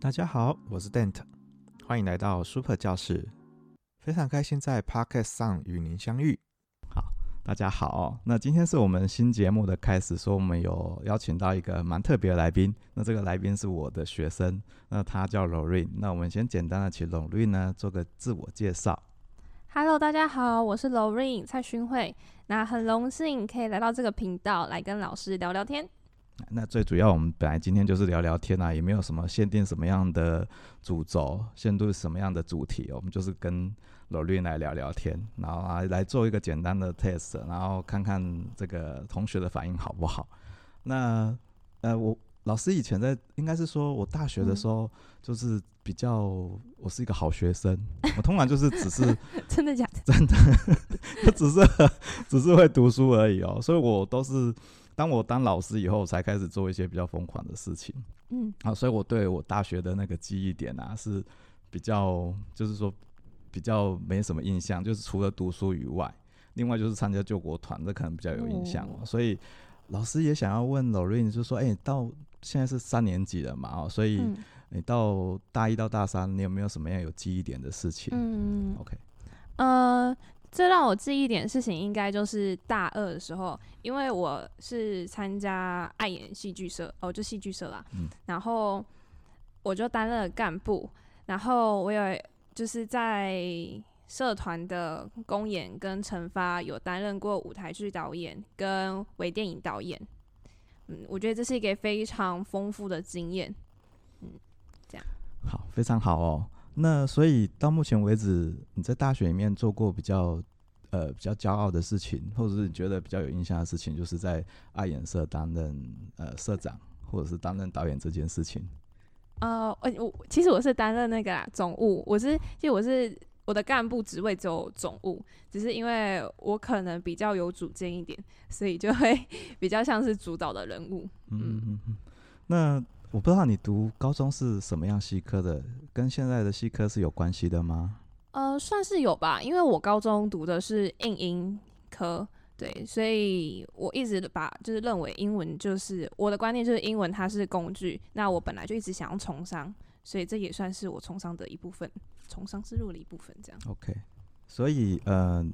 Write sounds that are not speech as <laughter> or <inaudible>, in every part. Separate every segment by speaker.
Speaker 1: 大家好，我是 Dent，欢迎来到 Super 教室，非常开心在 Podcast 上与您相遇。
Speaker 2: 大家好，哦那今天是我们新节目的开始，说我们有邀请到一个蛮特别的来宾。那这个来宾是我的学生，那他叫 Lorraine。那我们先简单的请 Lorraine 呢做个自我介绍。
Speaker 3: Hello，大家好，我是 Lorraine 蔡勋慧，那很荣幸可以来到这个频道来跟老师聊聊天。 <laughs>
Speaker 2: 那最主要，我们本来今天就是聊聊天啊，也没有什么限定什么样的主轴，限定什么样的主题，我们就是跟罗律来聊聊天，然后啊来做一个简单的 test，然后看看这个同学的反应好不好。那呃，我老师以前在，应该是说我大学的时候，就是比较、我是一个好学生，我通常就是只是 <laughs>
Speaker 3: 真的假的？
Speaker 2: 只是只是会读书而已哦，所以我都是当我当老师以后，才开始做一些比较疯狂的事情
Speaker 3: 嗯，
Speaker 2: 啊，所以我对我大学的那个记忆点啊是比较，就是说比较没什么印象，就是除了读书以外，另外就是参加救国团，这可能比较有印象哦，所以老师也想要问 Lorraine，就说，哎、到现在是三年级了嘛，哦，所以
Speaker 3: 嗯
Speaker 2: 你到大一到大三，你有没有什么样有记忆点的事情、
Speaker 3: 嗯
Speaker 2: o k
Speaker 3: 呃，这让我记忆点事情应该就是大二的时候，因为我是参加爱演戏剧社，哦，就戏剧社啦，
Speaker 2: 嗯
Speaker 3: 然后我就担任了干部，然后我有就是在社团的公演跟惩罚有担任过舞台剧导演跟微电影导演，嗯，我觉得这是一个非常丰富的经验，
Speaker 2: 好，非常好哦。那所以到目前为止，你在大学里面做过比较呃比较骄傲的事情，或者是你觉得比较有印象的事情，就是在爱演社担任呃社长，或者是担任导演这件事情。
Speaker 3: 呃，我我其实我是担任那个啦总务，我是其实我是我的干部职位只有总务，只是因为我可能比较有主见一点，所以就会 <laughs> 比较像是主导的人物。
Speaker 2: 嗯嗯嗯。那我不知道你读高中是什么样系科的，跟现在的系科是有关系的吗？
Speaker 3: 呃，算是有吧，因为我高中读的是应英科，对，所以我一直把就是认为英文就是我的观念就是英文它是工具，那我本来就一直想要从商，所以这也算是我从商的一部分，从商之路的一部分，这样。
Speaker 2: OK，所以呃，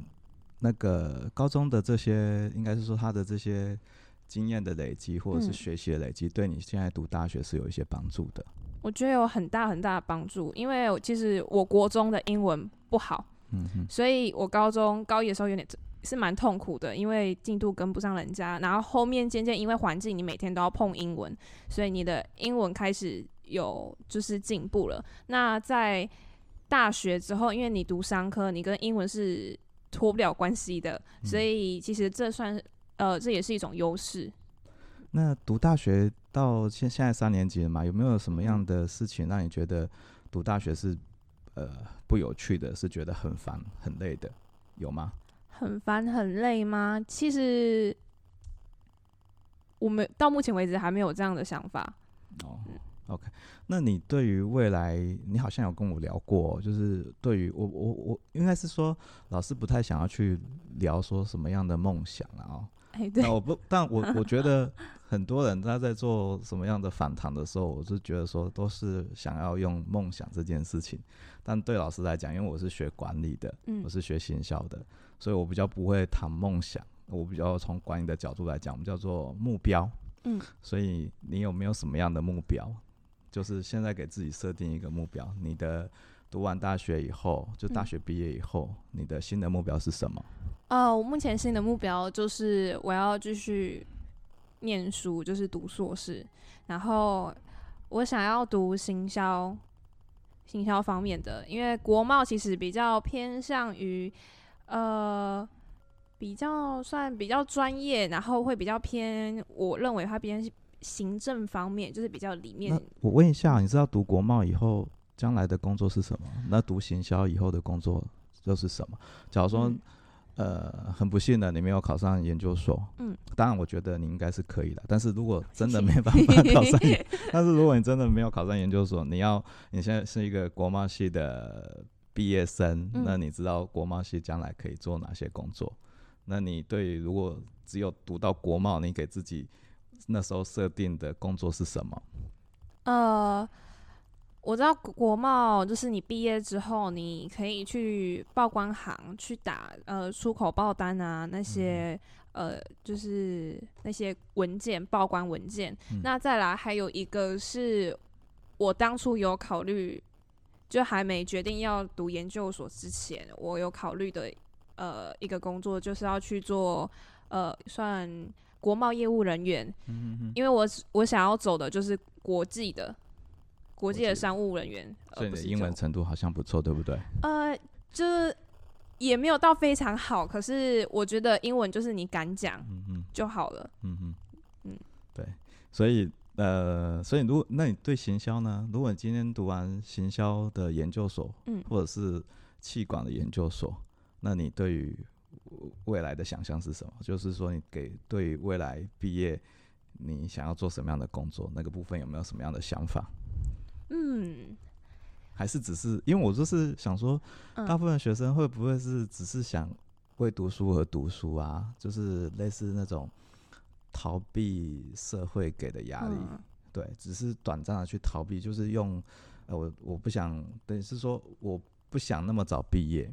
Speaker 2: 那个高中的这些，应该是说他的这些经验的累积，或者是
Speaker 3: 嗯
Speaker 2: 学习的累积，对你现在读大学是有一些帮助的。
Speaker 3: 我觉得有很大很大的帮助，因为我其实我国中的英文不好，
Speaker 2: 嗯哼，
Speaker 3: 所以我高中高一的时候有点是蛮痛苦的，因为进度跟不上人家，然后后面渐渐因为环境，你每天都要碰英文，所以你的英文开始有就是进步了。那在大学之后，因为你读商科，你跟英文是脱不了关系的，所以其实这算呃这也是一种优势。
Speaker 2: 那读大学到现现在三年级了嘛，有没有什么样的事情让你觉得读大学是呃不有趣的，是觉得很烦很累的，有吗？
Speaker 3: 很烦很累吗？其实我们到目前为止还没有这样的想法。
Speaker 2: 哦，OK，那你对于未来，你好像有跟我聊过哦，就是对于我我我应该是说，老师不太想要去聊说什么样的梦想了哦。
Speaker 3: 哎、对
Speaker 2: 那，我不，但
Speaker 3: <laughs>
Speaker 2: 我我觉得很多人他在做什么样的访谈的时候，我是觉得说都是想要用梦想这件事情，但对老师来讲，因为我是学管理的，
Speaker 3: 嗯
Speaker 2: 我是学行销的，所以我比较不会谈梦想，我比较从管理的角度来讲，我们叫做目标。
Speaker 3: 嗯，
Speaker 2: 所以你有没有什么样的目标？就是现在给自己设定一个目标，你的读完大学以后，就大
Speaker 3: 嗯
Speaker 2: 学毕业以后，你的新的目标是什么？
Speaker 3: 呃，我目前新的目标就是我要继续念书，就是读硕士，然后我想要读行销，行销方面的，因为国贸其实比较偏向于呃。比较算比较专业，然后会比较偏，我认为它偏行政方面，就是比较里面
Speaker 2: 那我问一下，你知道读国贸以后将来的工作是什么？那读行销以后的工作又是什么？假如 <laughs> 说、
Speaker 3: 嗯
Speaker 2: 呃，很不幸的，你没有考上研究所。
Speaker 3: 嗯，
Speaker 2: 当然，我觉得你应该是可以的。但是如果真的
Speaker 3: 谢
Speaker 2: 没
Speaker 3: 谢
Speaker 2: 办法考上研， <laughs> 但是如果你真的没有考上研究所，你要你现在是一个国贸系的毕业生，
Speaker 3: 嗯
Speaker 2: 那你知道国贸系将来可以做哪些工作？那你对如果只有读到国贸，你给自己那时候设定的工作是什么？
Speaker 3: <laughs> 呃，我知道国国贸就是你毕业之后，你可以去报关行去打呃出口报单啊，那些、
Speaker 2: 嗯
Speaker 3: 呃就是那些文件报关文件。
Speaker 2: 嗯
Speaker 3: 那再来还有一个是我当初有考虑，就还没决定要读研究所之前，我有考虑的呃一个工作就是要去做呃算国贸业务人员，
Speaker 2: 嗯嗯嗯
Speaker 3: 因为我是我想要走的就是国际的国际
Speaker 2: 国
Speaker 3: 的
Speaker 2: 际
Speaker 3: 商务人员，
Speaker 2: 所以你
Speaker 3: 而呃不
Speaker 2: 的
Speaker 3: 是
Speaker 2: 英文
Speaker 3: 走
Speaker 2: 程度好像不错，对不对？
Speaker 3: 呃，就是也没有到非常好，可是我觉得英文就是你敢讲
Speaker 2: 嗯嗯
Speaker 3: 就好了。
Speaker 2: 嗯嗯
Speaker 3: 嗯
Speaker 2: 对，所以呃，所以如果那你对行销呢？如果你今天读完行销的研究所，
Speaker 3: 嗯
Speaker 2: 或者是气管的研究所，那你对于未来的想象是什么？就是说，你给对于未来毕业你想要做什么样的工作，那个部分有没有什么样的想法？
Speaker 3: 嗯，
Speaker 2: 还是只是因为我就是想说，
Speaker 3: 嗯
Speaker 2: 大部分学生会不会是只是想为读书而读书啊？就是类似那种逃避社会给的压力，
Speaker 3: 嗯
Speaker 2: 对，只是短暂的去逃避，就是用呃，我我不想，等于是说我不想那么早毕业，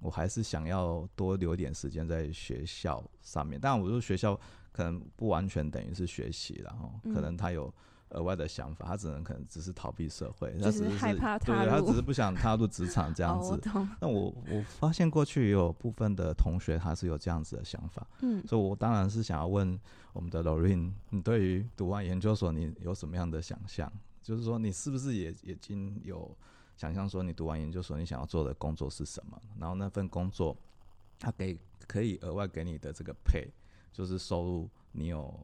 Speaker 2: 我还是想要多留点时间在学校上面。但我说学校可能不完全等于是学习啦，然后可
Speaker 3: 嗯
Speaker 2: 能他有。额外的想法，他只能可能只是逃避社会，他
Speaker 3: 就
Speaker 2: 只
Speaker 3: 是
Speaker 2: 是
Speaker 3: 害怕
Speaker 2: 对
Speaker 3: 踏
Speaker 2: 对他
Speaker 3: 入
Speaker 2: 只是不想踏入职场这
Speaker 3: <laughs>
Speaker 2: 样
Speaker 3: 哦，我
Speaker 2: 子。
Speaker 3: 懂。
Speaker 2: 那我我发现过去有部分的同学他是有这样子的想法，
Speaker 3: 嗯，
Speaker 2: 所以我当然是想要问我们的 Lorraine，你对于读完研究所你有什么样的想象？就是说你是不是也已经有想象说你读完研究所你想要做的工作是什么？然后那份工作它给可以额外给你的这个配，就是收入，你有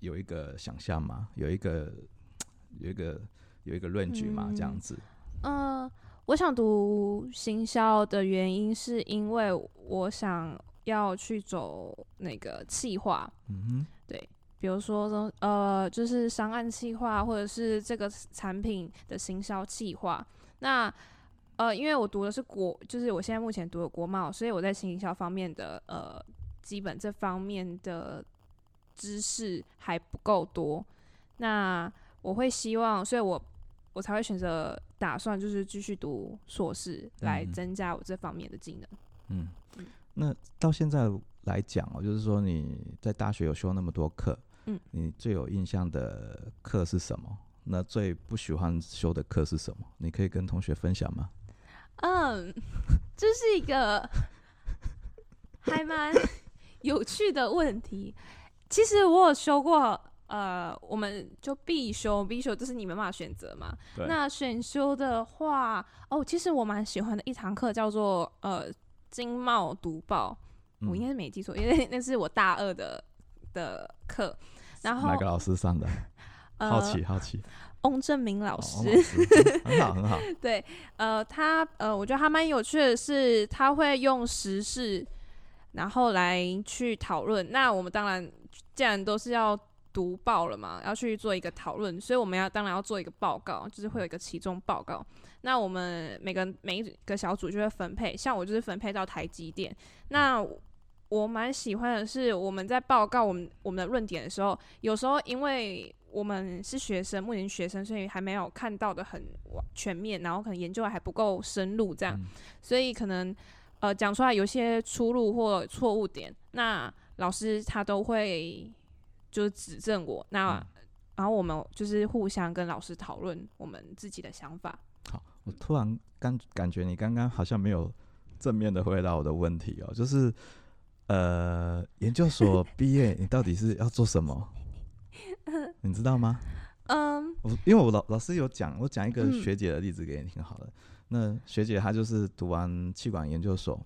Speaker 2: 有一个想象吗？有一个有一个有一个 range 吗？这样
Speaker 3: 嗯
Speaker 2: 子，
Speaker 3: 嗯，我想读行销的原因是因为我想要去走那个企划，
Speaker 2: 嗯哼。
Speaker 3: 比如说呃，就是商案企划或者是这个产品的行销企划。那呃，因为我读的是国，就是我现在目前读的国贸，所以我在行销方面的呃基本这方面的知识还不够多。那我会希望，所以我我才会选择打算就是继续读硕士，来
Speaker 2: 嗯
Speaker 3: 增加我这方面的技能。
Speaker 2: 嗯，那到现在来讲哦，就是说你在大学有修那么多课，
Speaker 3: 嗯，
Speaker 2: 你最有印象的课是什么？那最不喜欢修的课是什么？你可以跟同学分享吗？
Speaker 3: 嗯， <laughs> 这是一个还蛮有趣的问题。其实我有修过，呃，我们就必修，必修就是你没办法选择嘛。
Speaker 2: 对
Speaker 3: 那选修的话，哦，其实我蛮喜欢的一堂课叫做呃经贸读报，
Speaker 2: 嗯
Speaker 3: 我应该是没记错，因为那是我大二的的课。然后
Speaker 2: 哪个老师上的？
Speaker 3: <laughs> 呃，
Speaker 2: 好奇好奇，哦
Speaker 3: 翁正明老
Speaker 2: 老
Speaker 3: 师，
Speaker 2: 很好很好，
Speaker 3: 对，呃，他呃，我觉得他蛮有趣的是，他会用时事，然后来去讨论。那我们当然既然都是要读报了嘛，要去做一个讨论，所以我们要当然要做一个报告，就是会有一个期中报告。那我们每个每一个小组就会分配，像我就是分配到台积电。那我我蛮喜欢的是，我们在报告我们我们的论点的时候，有时候因为我们是学生，目前学生，所以还没有看到的很完全面，然后可能研究得还不够深入，这样，
Speaker 2: 嗯
Speaker 3: 所以可能呃讲出来有些出入或错误点，那老师他都会就是指正我，那、
Speaker 2: 嗯
Speaker 3: 然后我们就是互相跟老师讨论我们自己的想法。
Speaker 2: 好，我突然感感觉你刚刚好像没有正面的回答我的问题哦，就是呃，研究所
Speaker 3: <laughs>
Speaker 2: 毕业你到底是要做什么？你知道吗？
Speaker 3: 嗯
Speaker 2: 我因为我老老师有讲，我讲一个
Speaker 3: 嗯
Speaker 2: 学姐的例子给你听好了。那学姐她就是读完气管研究所，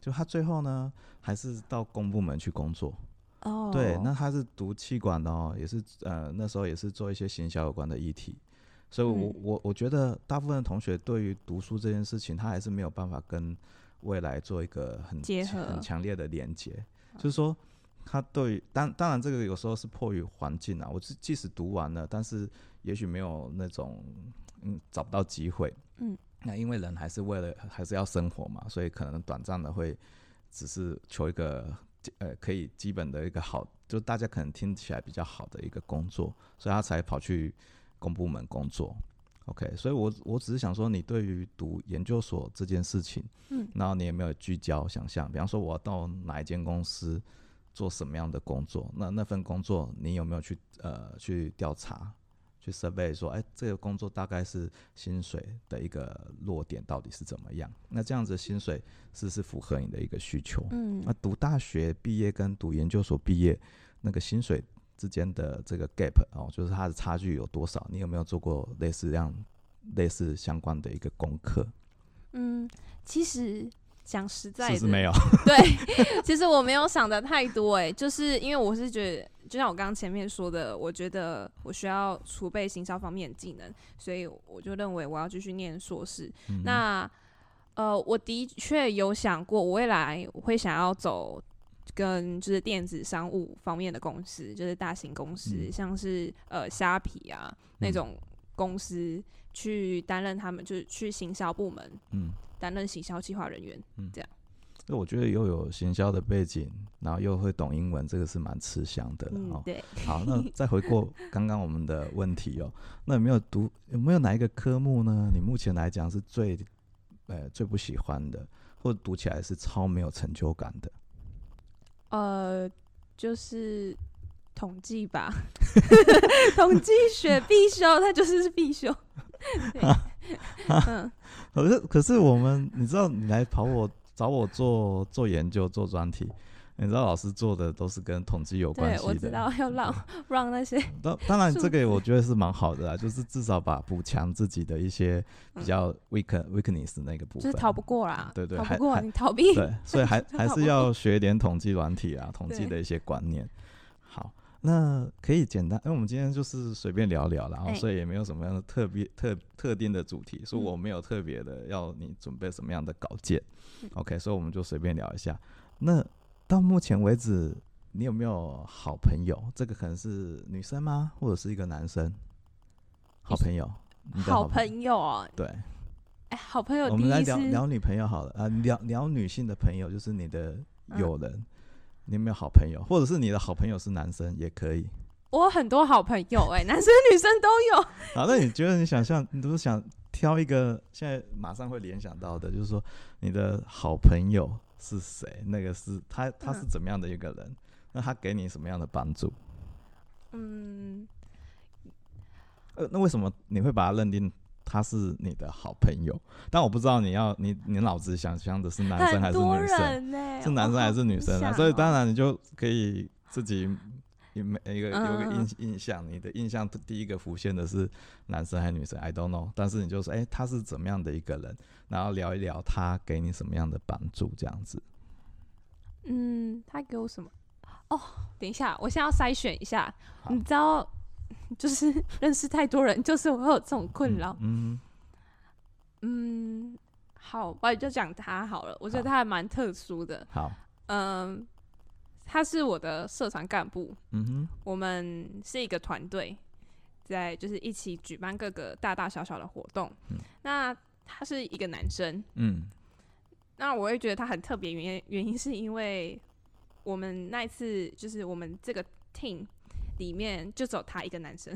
Speaker 2: 就她最后呢还是到公部门去工作。
Speaker 3: 哦，
Speaker 2: 对，那她是读气管的哦，也是呃那时候也是做一些行销有关的议题。所以我，我
Speaker 3: 嗯
Speaker 2: 我觉得大部分的同学对于读书这件事情，他还是没有办法跟未来做一个很
Speaker 3: 结
Speaker 2: 强
Speaker 3: 合啊
Speaker 2: 很强烈的连接。就是说，他对于当当然这个有时候是迫于环境啊，我是即使读完了，但是也许没有那种嗯找不到机会，
Speaker 3: 嗯，
Speaker 2: 那因为人还是为了还是要生活嘛，所以可能短暂的会只是求一个呃可以基本的一个好，就大家可能听起来比较好的一个工作，所以他才跑去公部门工作。 OK，所以我我只是想说，你对于读研究所这件事情，
Speaker 3: 嗯
Speaker 2: 然后你有没有聚焦想象？比方说，我要到哪一间公司做什么样的工作？那那份工作你有没有去呃去调查、去 survey 说，哎、这个工作大概是薪水的一个落点到底是怎么样？那这样子的薪水是不是符合你的一个需求？
Speaker 3: 嗯
Speaker 2: 那读大学毕业跟读研究所毕业那个薪水之间的这个 gap 哦，就是它的差距有多少？你有没有做过类似这样类似相关的一个功课？
Speaker 3: 嗯，其实讲实在
Speaker 2: 是
Speaker 3: 的，
Speaker 2: 不是没有？
Speaker 3: 对，其实我没有想的太多、欸，哎，就是因为我是觉得，就像我刚刚前面说的，我觉得我需要储备行销方面的技能，所以我就认为我要继续念硕士。
Speaker 2: 嗯
Speaker 3: 那呃，我的确有想过，我未来我会想要走跟就是电子商务方面的公司，就是大型公司，
Speaker 2: 嗯
Speaker 3: 像是呃虾皮啊那
Speaker 2: 嗯
Speaker 3: 种公司，去担任他们就是去行销部门
Speaker 2: 嗯，
Speaker 3: 担任行销计划人员。
Speaker 2: 所以我觉得又有行销的背景，然后又会懂英文，这个是蛮吃香的啦
Speaker 3: 嗯
Speaker 2: 哦，。
Speaker 3: 对，
Speaker 2: 好，那再回
Speaker 3: <laughs>
Speaker 2: 过刚刚我们的问题哦，那有没有读有没有哪一个科目呢？你目前来讲是最呃最不喜欢的，或者读起来是超没有成就感的？
Speaker 3: 呃，就是统计吧，
Speaker 2: <laughs>
Speaker 3: 统计学必修，它就是必修。对嗯，
Speaker 2: 可是可是我们，你知道你来跑我找我做做研究做专题，你知道老师做的都是跟统计有关
Speaker 3: 对，
Speaker 2: 系
Speaker 3: 我
Speaker 2: 的。
Speaker 3: 知道要
Speaker 2: <laughs>
Speaker 3: 让让那些
Speaker 2: 当当然，
Speaker 3: 数
Speaker 2: 这个也我觉得是蛮好的啦，啊就是至少把补强自己的一些比
Speaker 3: 嗯
Speaker 2: 较 weak、weakness 的那个部
Speaker 3: 就
Speaker 2: 分。啊
Speaker 3: 是逃不过啦，
Speaker 2: 对对
Speaker 3: 逃
Speaker 2: 还
Speaker 3: 不过
Speaker 2: 还
Speaker 3: 你逃避。 <laughs>
Speaker 2: 对，所以还还
Speaker 3: 逃不
Speaker 2: 是要学点统计软体啊，统计
Speaker 3: 对
Speaker 2: 的一些观念。好，那可以简单，因为我们今天就是随便聊聊啦，然后
Speaker 3: 哎
Speaker 2: 所以也没有什么样的特别特特定的主题，所以
Speaker 3: 嗯
Speaker 2: 我没有特别的要你准备什么样的稿件。
Speaker 3: 嗯
Speaker 2: OK，所以我们就随便聊一下。那到目前为止，你有没有好朋友？这个可能是女生吗，或者是一个男生？好朋友，你的
Speaker 3: 好
Speaker 2: 朋
Speaker 3: 朋友哦，
Speaker 2: 对，
Speaker 3: 哎，好朋友
Speaker 2: 我
Speaker 3: 第
Speaker 2: 们来
Speaker 3: 一
Speaker 2: 聊
Speaker 3: 次
Speaker 2: 聊女朋友好了啊，聊聊女性的朋友，就是你的
Speaker 3: 嗯
Speaker 2: 友人，你有没有好朋友，或者是你的好朋友是男生也可以。
Speaker 3: 我有很多好朋友哎，男生女生都有。
Speaker 2: 好，那你觉得你想象，你都是想挑一个现在马上会联想到的，就是说你的好朋友是谁？那个是他，他是
Speaker 3: 嗯
Speaker 2: 怎么样的一个人？那他给你什么样的帮助？
Speaker 3: 嗯，
Speaker 2: 呃，那为什么你会把他认定他是你的好朋友？但我不知道你要你你脑子想象的是男生还
Speaker 3: 很
Speaker 2: 是
Speaker 3: 多
Speaker 2: 女生。
Speaker 3: 人呢，
Speaker 2: 是男生还是女生啊？
Speaker 3: 哦
Speaker 2: 所以当然你就可以自己有没一个有个
Speaker 3: 嗯嗯
Speaker 2: 印印象，你的印象第一个浮现的是男生还是女生？I don't know。但是你就说，哎、他是怎么样的一个人？然后聊一聊他给你什么样的帮助，这样子。
Speaker 3: 嗯，他给我什么？哦，等一下，我现在要筛选一下。
Speaker 2: 好
Speaker 3: 你知道， <laughs> 就是认识太多人，就是我会有这种困扰。
Speaker 2: 嗯，
Speaker 3: 嗯，好，我就讲他好了。我觉得
Speaker 2: 好
Speaker 3: 他还蛮特殊的
Speaker 2: 嗯。好，
Speaker 3: 嗯，他是我的社团干部，
Speaker 2: 嗯哼，
Speaker 3: 我们是一个团队，在就是一起举办各个大大小小的活动。
Speaker 2: 嗯
Speaker 3: 那他是一个男生，
Speaker 2: 嗯
Speaker 3: 那我会觉得他很特别，原因原因是因为我们那一次就是我们这个 team 里面就只有他一个男生，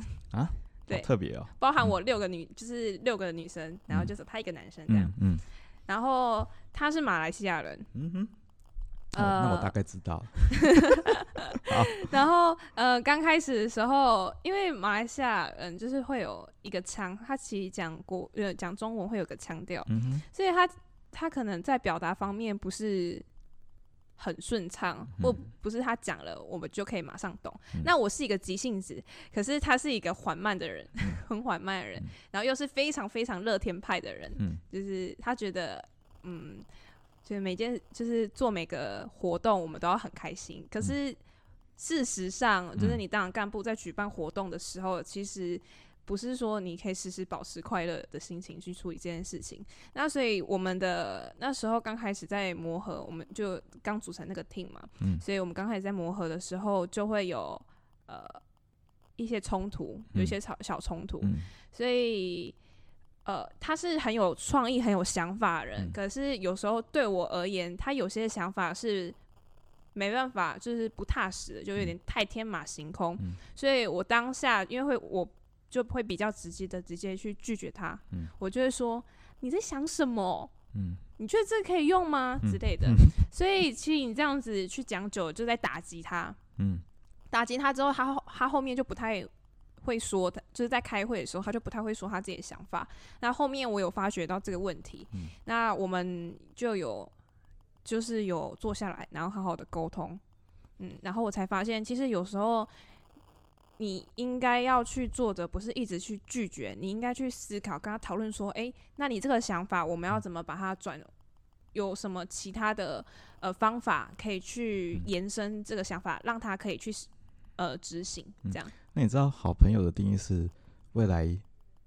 Speaker 3: 对
Speaker 2: 啊好特别哦，
Speaker 3: 包含我六个女，就是六个女生，然后就只有他一个男生这样。
Speaker 2: 嗯嗯
Speaker 3: 然后他是马来西亚人， <laughs>
Speaker 2: 嗯哼。哦，
Speaker 3: 呃
Speaker 2: 那我大概知道了。
Speaker 3: 然后呃，刚开始的时候，因为马来西亚人就是会有一个腔，他其实讲国呃讲中文会有个腔调，
Speaker 2: 嗯哼，
Speaker 3: 所以他他可能在表达方面不是很顺畅，或
Speaker 2: 嗯
Speaker 3: 不是他讲了我们就可以马上懂。
Speaker 2: 嗯
Speaker 3: 那我是一个急性子，可是他是一个缓慢的人， <laughs> 很缓慢的人，
Speaker 2: 嗯
Speaker 3: 然后又是非常非常乐天派的人，
Speaker 2: 嗯
Speaker 3: 就是他觉得嗯，就是每件就是做每个活动我们都要很开心，可是。事实上，就是
Speaker 2: 嗯
Speaker 3: 你当干部在举办活动的时候，其实不是说你可以时时保持快乐的心情去处理这件事情。那所以我们的那时候刚开始在磨合，我们就刚组成那个 team 嘛，
Speaker 2: 嗯
Speaker 3: 所以我们刚开始在磨合的时候就会有呃一些冲突，有一些小小冲突，
Speaker 2: 嗯
Speaker 3: 所以。呃，他是很有创意、很有想法的人，
Speaker 2: 嗯
Speaker 3: 可是有时候对我而言，他有些想法是没办法，就是不踏实的，就有点太天马行空。
Speaker 2: 嗯
Speaker 3: 所以我当下因为会我就会比较直接的直接去拒绝他。
Speaker 2: 嗯
Speaker 3: 我就会说你在想什么？
Speaker 2: 嗯，
Speaker 3: 你觉得这可以用吗？
Speaker 2: 嗯
Speaker 3: 之类的。
Speaker 2: 嗯
Speaker 3: 所以其实你这样子去讲久，了，就在打击他。
Speaker 2: 嗯
Speaker 3: 打击他之后，他后他后面就不太会说，他就是在开会的时候，他就不太会说他自己的想法。那后面我有发觉到这个问题，
Speaker 2: 嗯
Speaker 3: 那我们就有就是有坐下来，然后好好的沟通，嗯，然后我才发现，其实有时候你应该要去做的，不是一直去拒绝，你应该去思考，跟他讨论说，诶，那你这个想法，我们
Speaker 2: 嗯
Speaker 3: 要怎么把它转？有什么其他的呃方法可以去
Speaker 2: 嗯
Speaker 3: 延伸这个想法，让他可以去呃执行
Speaker 2: 嗯
Speaker 3: 这样？
Speaker 2: 那你知道好朋友的定义是未来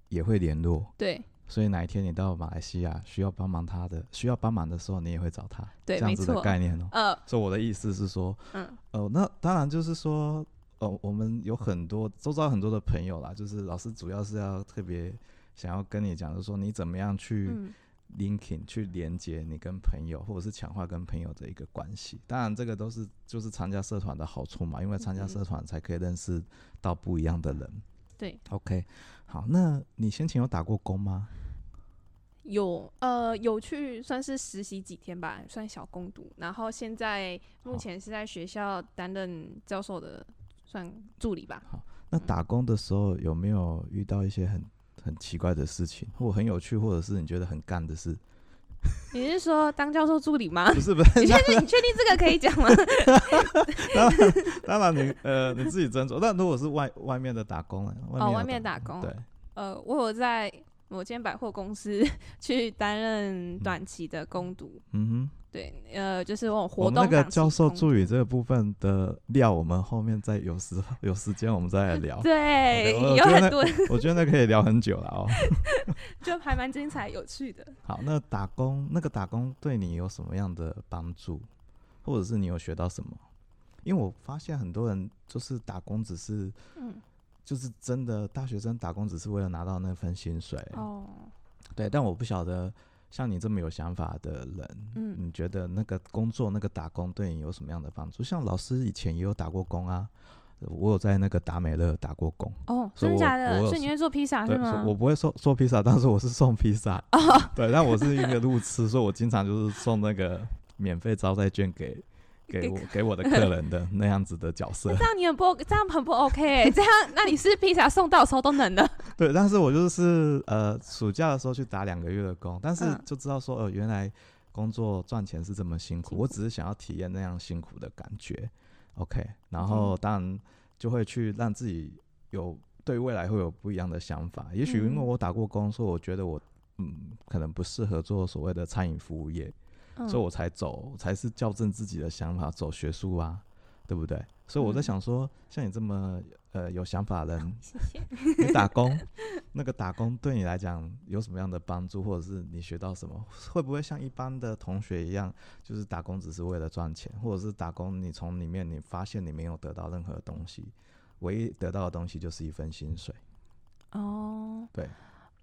Speaker 2: 也会联络，
Speaker 3: 对
Speaker 2: 所以哪一天你到马来西亚需要帮忙他的需要帮忙的时候，你也会找他，
Speaker 3: 对
Speaker 2: 这样
Speaker 3: 没
Speaker 2: 子的
Speaker 3: 错
Speaker 2: 概念哦。
Speaker 3: 呃，
Speaker 2: 所以我的意思是说，
Speaker 3: 嗯
Speaker 2: 哦，那当然就是说，哦，我们有很多周遭很多的朋友啦，就是老师主要是要特别想要跟你讲，就是说你怎么样去
Speaker 3: 嗯
Speaker 2: linking 去连接你跟朋友，或者是强化跟朋友的一个关系。当然，这个都是就是参加社团的好处嘛，因为参加
Speaker 3: 嗯哼
Speaker 2: 社团才可以认识到不一样的人。
Speaker 3: 对
Speaker 2: ，OK，好，那你先前有打过工吗？
Speaker 3: 有呃有去算是实习几天吧，算小攻读。然后现在目
Speaker 2: 好
Speaker 3: 前是在学校担任教授的算助
Speaker 2: <laughs>
Speaker 3: 理吧。
Speaker 2: 那打工的时候有没有遇到一些很很奇怪的事情，或很有趣，或者是你觉得很干的事？
Speaker 3: 你是说当教授助理
Speaker 2: <laughs>
Speaker 3: 吗？
Speaker 2: 不是不是，
Speaker 3: 你确定你确定这个可以讲吗？
Speaker 2: 当然当然你呃你自己斟酌。那如果是外外面的打工呢？外面
Speaker 3: 哦，
Speaker 2: 有
Speaker 3: 外面打工。
Speaker 2: 对，
Speaker 3: 呃，我有在某间百货公司 <laughs> 去担任短期的攻读。
Speaker 2: 嗯哼。
Speaker 3: 对，呃，就是我有活
Speaker 2: 我
Speaker 3: 动
Speaker 2: 们那个
Speaker 3: 档期
Speaker 2: 教授
Speaker 3: 攻
Speaker 2: 助理这个部分的料，我们后面再有时候有时间我们再来聊
Speaker 3: <laughs> 读。对
Speaker 2: 哦 OK，我
Speaker 3: 有
Speaker 2: 觉得
Speaker 3: 很
Speaker 2: 那
Speaker 3: 多 <laughs>
Speaker 2: 我觉得那可以聊很久了哦。
Speaker 3: 就还蛮精彩有
Speaker 2: <laughs>
Speaker 3: 趣的。
Speaker 2: 好，那打工那个打工对你有什么样的帮助，或者是你有学到什么？因为我发现很多人就是打工只是
Speaker 3: 嗯，
Speaker 2: 就是真的大学生打工只是为了拿到那份薪水。
Speaker 3: 哦，
Speaker 2: 对，但我不晓得像你这么有想法的人，
Speaker 3: 嗯
Speaker 2: 你觉得那个工作那个打工对你有什么样的帮助？像老师以前也有打过工啊，我有在那个达美乐打过工。
Speaker 3: 哦，
Speaker 2: 所以
Speaker 3: 真的假
Speaker 2: 我
Speaker 3: 的？
Speaker 2: 我有
Speaker 3: 所以你会做披萨
Speaker 2: 对
Speaker 3: 是，吗？哦
Speaker 2: 我不会送做披萨，但是我是送披萨。对，但我是一个路痴，所以我经常就是送那个免费招待券
Speaker 3: <laughs>
Speaker 2: 给给
Speaker 3: 给
Speaker 2: 我给我的客人的那样子的角色
Speaker 3: 这。样你很不 OK，这样很不 OK，欸这样那你是披萨送到手都冷了。
Speaker 2: 对，但是我就是呃，暑假的时候去打两个月的工，但是
Speaker 3: 嗯
Speaker 2: 就知道说，呃，原来工作赚钱是这么辛苦，
Speaker 3: 辛
Speaker 2: 我
Speaker 3: 苦
Speaker 2: 只是想要体验那样辛苦的感觉。OK，然
Speaker 3: 嗯
Speaker 2: 后当然就会去让自己有对未来会有不一样的想法。也许因为
Speaker 3: 嗯
Speaker 2: 我打过工，所以我觉得我嗯，可能不适合做所谓的餐饮服务业，
Speaker 3: 嗯
Speaker 2: 所以我才走，才是校正自己的想法，走学术啊，对不对？所以我在
Speaker 3: 嗯
Speaker 2: 想说，像你这么呃有想法的人，
Speaker 3: 谢谢。
Speaker 2: 你打工，那个打工对你来讲有什么样的帮助，或者是你学到什么？会不会像一般的同学一样，就是打工只是为了赚钱，或者是打工你从里面你发现你没有得到任何东西，唯一得到的东西就是一份薪水？
Speaker 3: 哦，
Speaker 2: <laughs> 对，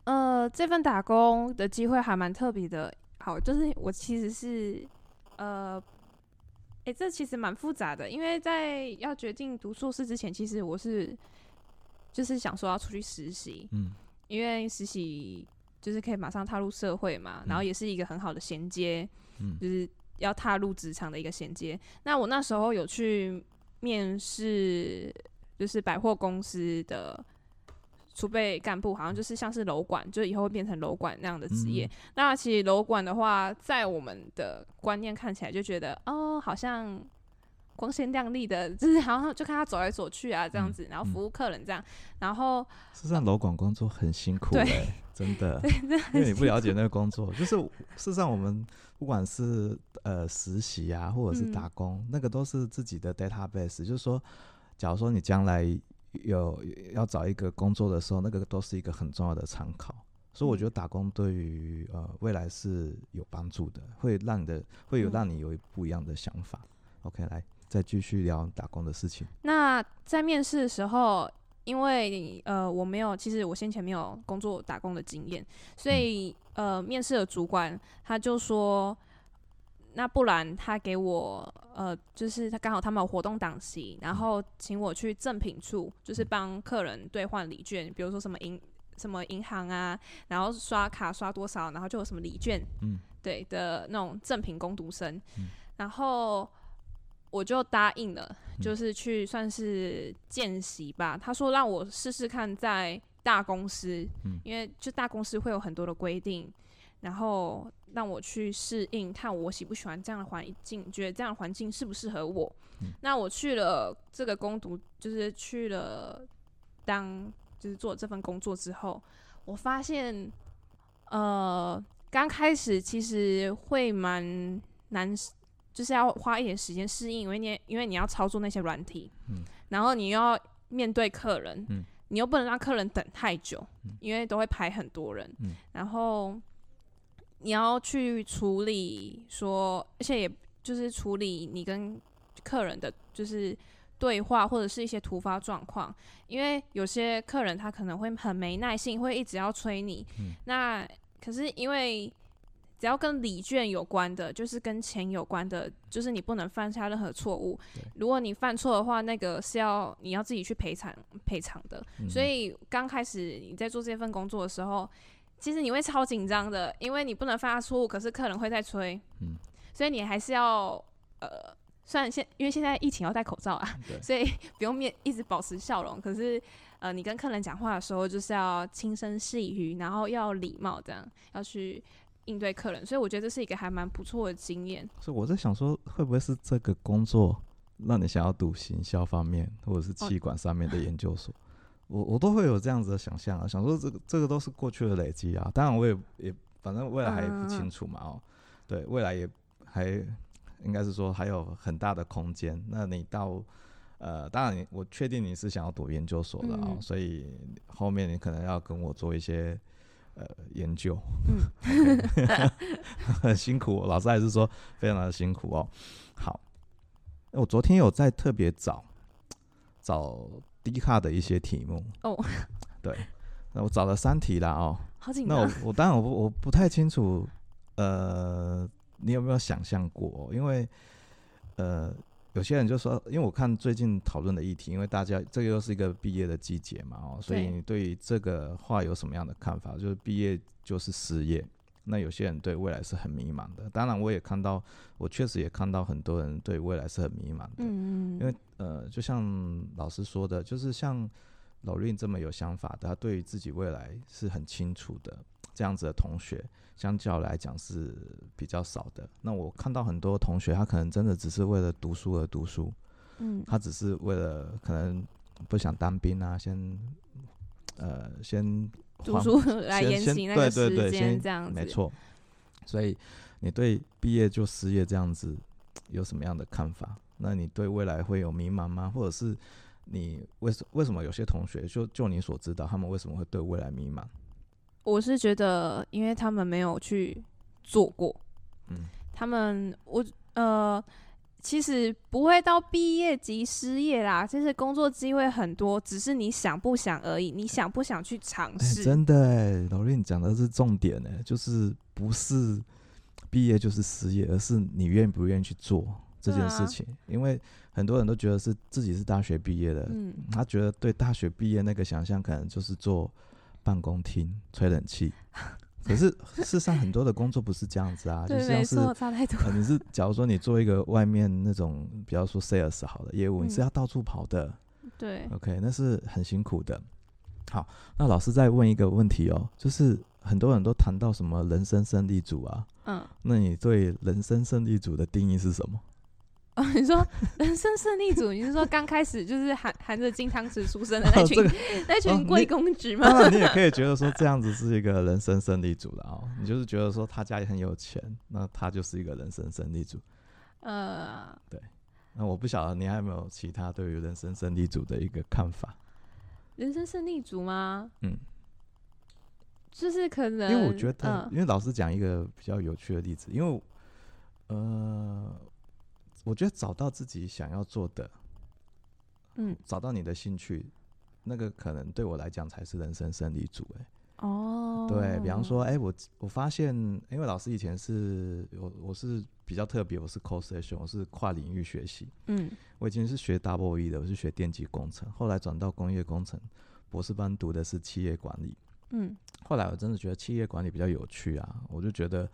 Speaker 3: 呃，这份打工的机会还蛮特别的。好，就是我其实是呃，诶，这其实蛮复杂的，因为在要决定读硕士之前，其实我是就是想说要出去实习，
Speaker 2: 嗯
Speaker 3: 因为实习就是可以马上踏入社会嘛，然后
Speaker 2: 嗯
Speaker 3: 也是一个很好的衔接。
Speaker 2: 嗯
Speaker 3: 就是要踏入职场的一个衔接。那我那时候有去面试，就是百货公司的储备干部，好像就是像是楼管，就以后会变成楼管那样的职业。
Speaker 2: 嗯
Speaker 3: 那其实楼管的话，在我们的观念看起来就觉得，哦，好像。光鲜亮丽的， <laughs> 就是好像就看他走来走去啊，这样
Speaker 2: 嗯
Speaker 3: 子，然后
Speaker 2: 嗯
Speaker 3: 服务客人这样，然后
Speaker 2: 事实上，楼管工作很辛苦、欸，
Speaker 3: 对
Speaker 2: 真的，
Speaker 3: <laughs> 对，
Speaker 2: 因为你不了解那个工作，就是事实上我们不管是呃实习啊，或者是
Speaker 3: 嗯
Speaker 2: 打工，那个都是自己的 database，就是说，假如说你将来有要找一个工作的时候，那个都是一个很重要的参考。所以我
Speaker 3: 嗯
Speaker 2: 觉得打工对于呃未来是有帮助的，会让你的会有
Speaker 3: 嗯
Speaker 2: 让你有不一样的想法。OK，来再继续聊打工的事情。
Speaker 3: 那在面试的时候，因为呃我没有，其实我先前没有工作打工的经验，所以、呃面试的主管他就说，那不然他给我呃，就是他刚好他们有活动档期，然后请我去赠品处，就是帮客人兑换礼券，比如说什么银什么银行啊，然后刷卡刷多少，然后就有什么礼券，
Speaker 2: 嗯，
Speaker 3: 对的那种赠品工读生，
Speaker 2: 嗯
Speaker 3: 然后我就答应了，就是去算是见习吧。他说让我试试看在大公司，
Speaker 2: 嗯
Speaker 3: 因为就大公司会有很多的规定，然后让我去适应，看我喜不喜欢这样的环境，觉得这样的环境适不适合我。那我去了这个攻读，就是去了当就是做这份工作之后，我发现，呃，刚开始其实会蛮难，就是要花一点时间适应，因为你因为你要操作那些软体，
Speaker 2: 嗯
Speaker 3: 然后你又要面对客人，
Speaker 2: 嗯
Speaker 3: 你又不能让客人等太久，因为都会排很多人，
Speaker 2: 嗯
Speaker 3: 然后你要去处理说，而且也就是处理你跟客人的就是对话或者是一些突发状况，因为有些客人他可能会很没耐性，会一直要催你。
Speaker 2: 嗯
Speaker 3: 那可是因为只要跟礼券有关的，就是跟钱有关的，就是你不能犯下任何错误
Speaker 2: 对。
Speaker 3: 如果你犯错的话，那个是要你要自己去赔偿赔偿的。
Speaker 2: 嗯
Speaker 3: 所以刚开始你在做这份工作的时候，其实你会超紧张的，因为你不能犯下错误，可是客人会在催，
Speaker 2: 嗯
Speaker 3: 所以你还是要呃，虽然现因为现在疫情要戴口罩啊，
Speaker 2: 对
Speaker 3: 所以不用面一直保持笑容，可是呃，你跟客人讲话的时候就是要轻声细语，然后要礼貌，这样要去应对客人，所以我觉得这是一个还蛮不错的经验。
Speaker 2: 所以我在想说，会不会是这个工作让你想要读行销方面，或者是
Speaker 3: 哦
Speaker 2: 气管上面的研究所？我我都会有这样子的想象啊，想说这个这个都是过去的累积啊。当然，我也也反正未来还不清楚
Speaker 3: 嗯
Speaker 2: 嘛哦，对，未来也还应该是说还有很大的空间。那你到呃，当然你我确定你是想要读研究所的啊、
Speaker 3: 嗯
Speaker 2: 所以后面你可能要跟我做一些呃研究，
Speaker 3: 嗯
Speaker 2: OK <laughs> 很辛苦，老师还是说非常的辛苦哦。好，哎我昨天有在特别找找低卡的一些题目
Speaker 3: 哦，
Speaker 2: 对，那我找了三题啦哦。
Speaker 3: 好紧啊
Speaker 2: 那
Speaker 3: 张
Speaker 2: 我，我当然我不我不太清楚，呃，你有没有想象过？哦因为呃，有些人就说，因为我看最近讨论的议题，因为大家这个又是一个毕业的季节嘛，哦，所以
Speaker 3: 对
Speaker 2: 你对于这个话有什么样的看法？就是毕业就是失业。那有些人对未来是很迷茫的，当然我也看到，我确实也看到很多人对未来是很迷茫的。
Speaker 3: 嗯嗯
Speaker 2: 因为呃，就像老师说的，就是像老令这么有想法的，他对于自己未来是很清楚的，这样子的同学，相较来讲是比较少的。那我看到很多同学，他可能真的只是为了读书而读书，
Speaker 3: 嗯
Speaker 2: 他只是为了可能不想当兵啊，先呃先
Speaker 3: 读
Speaker 2: 缓
Speaker 3: 书来
Speaker 2: 先
Speaker 3: 研
Speaker 2: 先
Speaker 3: 习那
Speaker 2: 对对
Speaker 3: 个时
Speaker 2: 对，
Speaker 3: 间
Speaker 2: 先
Speaker 3: 这样子，
Speaker 2: 没错。所以你对毕业就失业这样子有什么样的看法？那你对未来会有迷茫吗？或者是你为什为什么有些同学就就你所知道，他们为什么会对未来迷茫？
Speaker 3: 我是觉得，因为他们没有去做过，
Speaker 2: 嗯，
Speaker 3: 他们我呃，其实不会到毕业即失业啦，其实工作机会很多，只是你想不想而已，你想不想去尝
Speaker 2: 哎、
Speaker 3: 试？
Speaker 2: 真的哎、老瑞，你讲的是重点呢、就是不是毕业就是失业，而是你愿不愿意去做这件
Speaker 3: 对
Speaker 2: 事
Speaker 3: 啊
Speaker 2: 情。因为很多人都觉得是自己是大学毕业的，
Speaker 3: 嗯，
Speaker 2: 他觉得对大学毕业那个想象，可能就是做办公厅、 <laughs> 吹冷
Speaker 3: <laughs>
Speaker 2: 气。可是事实上，很多的工作不是这样子啊，就
Speaker 3: <laughs> 对，
Speaker 2: 是
Speaker 3: 没
Speaker 2: 像是 <laughs>
Speaker 3: 错，差太多。
Speaker 2: 呃，你是假如说你做一个外面那种，比方说 sales 好的业务，你是
Speaker 3: 嗯
Speaker 2: 要到处跑的
Speaker 3: 对，
Speaker 2: ，OK，那是很辛苦的。好，那老师再问一个问题哦，就是很多人都谈到什么人生胜利组啊，
Speaker 3: 嗯， <laughs>
Speaker 2: 那你对人生胜利组的定义是什么？
Speaker 3: 哦，你说人生胜利组，你是说刚开始就是含含着金汤匙出生的呃
Speaker 2: <laughs>
Speaker 3: 那
Speaker 2: 哦
Speaker 3: 群、
Speaker 2: 这个
Speaker 3: 那
Speaker 2: 哦
Speaker 3: 群贵
Speaker 2: 你
Speaker 3: 公子吗？
Speaker 2: <laughs> 当然，你也可以觉得说这样子是一个人生胜利组的哦，你就是觉得说他家里很有钱，那他就是一个人生胜利组。
Speaker 3: <laughs> 呃，
Speaker 2: 那我不晓得你还有没有其他对于人生胜利组的一个看法？
Speaker 3: 人生胜利组吗？
Speaker 2: 嗯，
Speaker 3: 就是可能，
Speaker 2: 因为我觉得，
Speaker 3: 嗯
Speaker 2: 因为老师讲一个比较有趣的例子，因为呃，我觉得找到自己想要做的，
Speaker 3: 嗯
Speaker 2: 找到你的兴趣，那个可能对我来讲才是人生胜利组、欸。
Speaker 3: 哦，
Speaker 2: 对比方说，哎、我我发现，因为老师以前是我我是比较特别，我是 cross section，我是跨领域学习。
Speaker 3: 嗯，
Speaker 2: 我以前是学 double E 的，我是学电机工程，后来转到工业工程，博士班读的是企业管理。
Speaker 3: 嗯
Speaker 2: 后来我真的觉得企业管理比较有趣啊，我就觉得，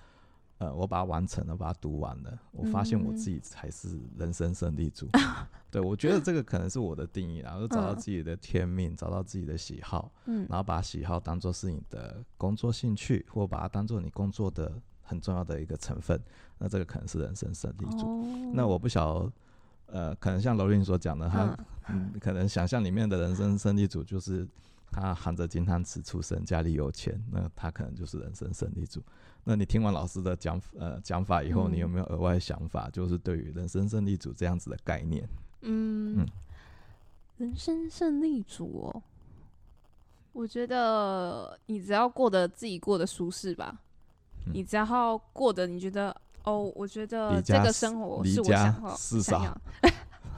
Speaker 2: 呃，我把它完成了，把它读完了，我发现我
Speaker 3: 嗯
Speaker 2: 自己才是人生胜利组。 <laughs> 对，我觉得这个可能是我的定义啦，然后找到
Speaker 3: 嗯
Speaker 2: 自己的天命，找到自己的喜好，
Speaker 3: 嗯
Speaker 2: 然后把喜好当做是你的工作兴趣，或把它当做你工作的很重要的一个成分，那这个可能是人生胜利组。
Speaker 3: 哦
Speaker 2: 那我不晓，呃，可能像罗琳所讲的，他
Speaker 3: 嗯
Speaker 2: 嗯，可能想象里面的人生胜利组就是他含着金汤匙出生，家里有钱，那他可能就是人生胜利组。那你听完老师的讲呃讲法以后，你有
Speaker 3: 嗯
Speaker 2: 没有额外想法？就是对于人生胜利组这样子的概念， <laughs>
Speaker 3: 嗯
Speaker 2: 嗯，
Speaker 3: 人生胜利组哦，我觉得你只要过得自己过得舒适吧，
Speaker 2: 嗯
Speaker 3: 你只要过得你觉得哦，我觉得
Speaker 2: 离
Speaker 3: 这
Speaker 2: 家
Speaker 3: 个
Speaker 2: 四
Speaker 3: 生活
Speaker 2: 离
Speaker 3: 是我
Speaker 2: 家
Speaker 3: 想要
Speaker 2: 四
Speaker 3: 想
Speaker 2: 少
Speaker 3: 要，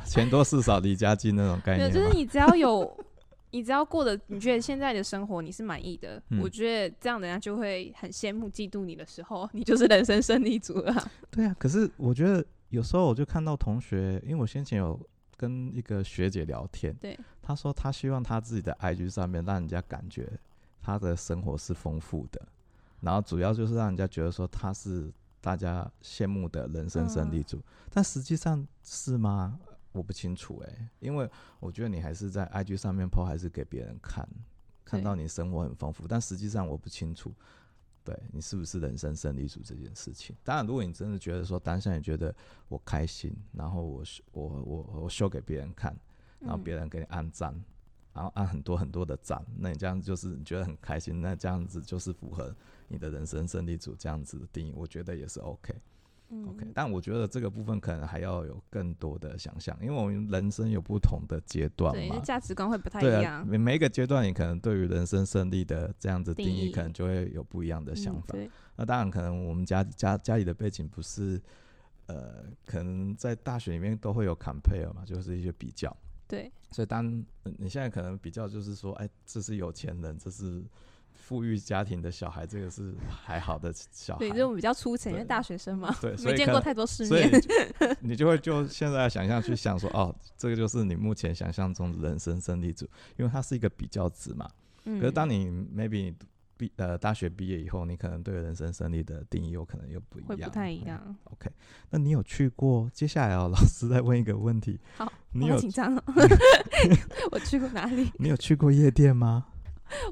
Speaker 2: 钱多事少离家近那种概
Speaker 3: 没有，
Speaker 2: 念
Speaker 3: 就是
Speaker 2: 吗？
Speaker 3: 你只要有， <laughs> 你只要过得你觉得现在的生活你是满意的，
Speaker 2: 嗯
Speaker 3: 我觉得这样人家就会很羡慕嫉妒你的时候， <laughs> 你就是人生胜利组
Speaker 2: <laughs>
Speaker 3: 了啊。
Speaker 2: 对啊，可是我觉得有时候我就看到同学，因为我先前有跟一个学姐聊天，
Speaker 3: 对，
Speaker 2: 她说她希望她自己的 IG 上面让人家感觉她的生活是丰富的，然后主要就是让人家觉得说她是大家羡慕的人生胜利组，但实际上是吗？我不清楚诶、因为我觉得你还是在 IG 上面 PO，还是给别人看，看
Speaker 3: 对
Speaker 2: 到你生活很丰富，但实际上我不清楚，对你是不是人生胜利组这件事情。当然，如果你真的觉得说当下你觉得我开心，然后我秀我我我秀给别人看，然后
Speaker 3: 嗯
Speaker 2: 别人给你按赞，然后啊按很多很多的赞，那你这样就是你觉得很开心，那这样子就是符合你的人生胜利组这样子的定义，我觉得也是 OK。OK，
Speaker 3: 嗯
Speaker 2: 但我觉得这个部分可能还要有更多的想象，因为我们人生有不同的阶段
Speaker 3: 对，
Speaker 2: 嘛
Speaker 3: 就，价值观会不太
Speaker 2: 对
Speaker 3: 一
Speaker 2: 啊
Speaker 3: 样，。
Speaker 2: 每每一个阶段你可能对于人生胜利的这样子定
Speaker 3: 定
Speaker 2: 义，
Speaker 3: 义
Speaker 2: 可能就会有不一样的
Speaker 3: 嗯
Speaker 2: 想法。啊
Speaker 3: 对，
Speaker 2: 那当然，可能我们家家家里的背景不是，呃，可能在大学里面都会有 compare 嘛，就是一些比较。
Speaker 3: 对，
Speaker 2: 所以当呃你现在可能比较就是说，哎，这是有钱人，这是富裕家庭的小孩，这个是还好的小孩
Speaker 3: 对，，就比较粗浅，因为
Speaker 2: 对
Speaker 3: 大学生嘛，
Speaker 2: 对，所
Speaker 3: 没
Speaker 2: 以
Speaker 3: 见
Speaker 2: 可
Speaker 3: 过
Speaker 2: 能
Speaker 3: 太多世
Speaker 2: 所以
Speaker 3: 面。
Speaker 2: 你
Speaker 3: <laughs>
Speaker 2: 就你就会就现在的想象去想说，哦，这个就是你目前想象中的人生胜利组，因为它是一个比较值嘛。
Speaker 3: 可
Speaker 2: 可是当你 maybe 你毕呃大学毕业以后，你可能对人生胜利的定义有可能又不一
Speaker 3: 会
Speaker 2: 样，
Speaker 3: 不太一
Speaker 2: 嗯。
Speaker 3: 样，
Speaker 2: OK，那你有去过？接下来哦，老师再问一个问题。
Speaker 3: 好，
Speaker 2: 你
Speaker 3: 我好
Speaker 2: 有
Speaker 3: 紧
Speaker 2: <laughs>
Speaker 3: 张了。我去过哪里？
Speaker 2: 你有去过夜店吗？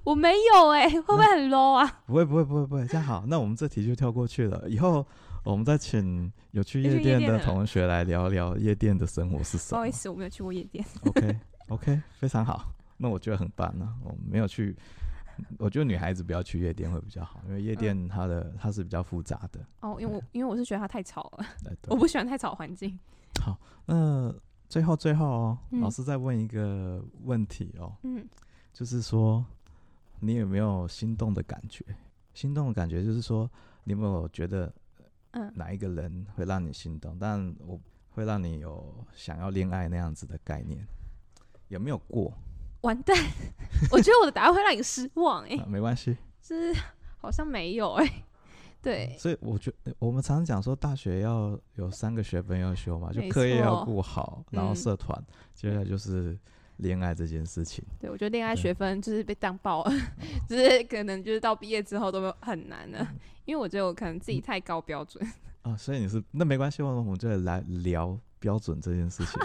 Speaker 3: 我没有哎，会不会很 low 啊？
Speaker 2: 不会不会不会不会，这样好，那我们这题就跳过去了。以后我们再请有去
Speaker 3: 有去
Speaker 2: 夜
Speaker 3: 夜
Speaker 2: 店
Speaker 3: 店
Speaker 2: 的
Speaker 3: 的
Speaker 2: 同学来聊聊夜店的生活是什
Speaker 3: 不好
Speaker 2: 么
Speaker 3: 意。思，我没有去过夜
Speaker 2: <laughs>
Speaker 3: 店。
Speaker 2: OK OK，非常好，那我觉得很棒啊。我没有去，我觉得女孩子不要去夜店会比较好，因为夜店它的、
Speaker 3: 嗯
Speaker 2: 它是比较复杂的。
Speaker 3: 哦，因为我因为我是觉得它太吵了，
Speaker 2: 对
Speaker 3: 我
Speaker 2: 对。
Speaker 3: 不喜欢太吵的环境。
Speaker 2: 那最后最后哦，老
Speaker 3: 嗯
Speaker 2: 师再问一个问题哦，
Speaker 3: 嗯，
Speaker 2: 就是说你有没有心动的感觉？心动的感觉就是说，你有没有觉得
Speaker 3: 嗯
Speaker 2: 哪一个人会让你心动？但我会让你有想要恋爱那样子的概念，有没有过？
Speaker 3: 完蛋，我觉得我的答案会让你失望哎、
Speaker 2: 啊、没关系。
Speaker 3: 就是好像没有哎、对，
Speaker 2: 所以我觉得我们常常讲说，大学要有三个学分要修嘛，就
Speaker 3: 没
Speaker 2: 课业要
Speaker 3: 错
Speaker 2: 顾好，然后
Speaker 3: 嗯
Speaker 2: 社团，接下来就是恋爱这件事情。
Speaker 3: 对我觉得恋爱
Speaker 2: 对
Speaker 3: 学分就是被当爆了， <laughs> 就是可能就是到毕业之后都很难了，
Speaker 2: 嗯
Speaker 3: 因为我觉得我可能自己太高标准。
Speaker 2: 啊，所以你是那没关系，我们就来聊标准这件
Speaker 3: <laughs>
Speaker 2: 事情，